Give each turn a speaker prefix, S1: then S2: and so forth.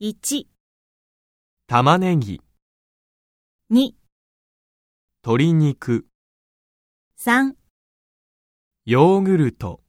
S1: 1、
S2: 玉ねぎ、
S1: 2、
S2: 鶏肉、
S1: 3
S2: ヨーグルト。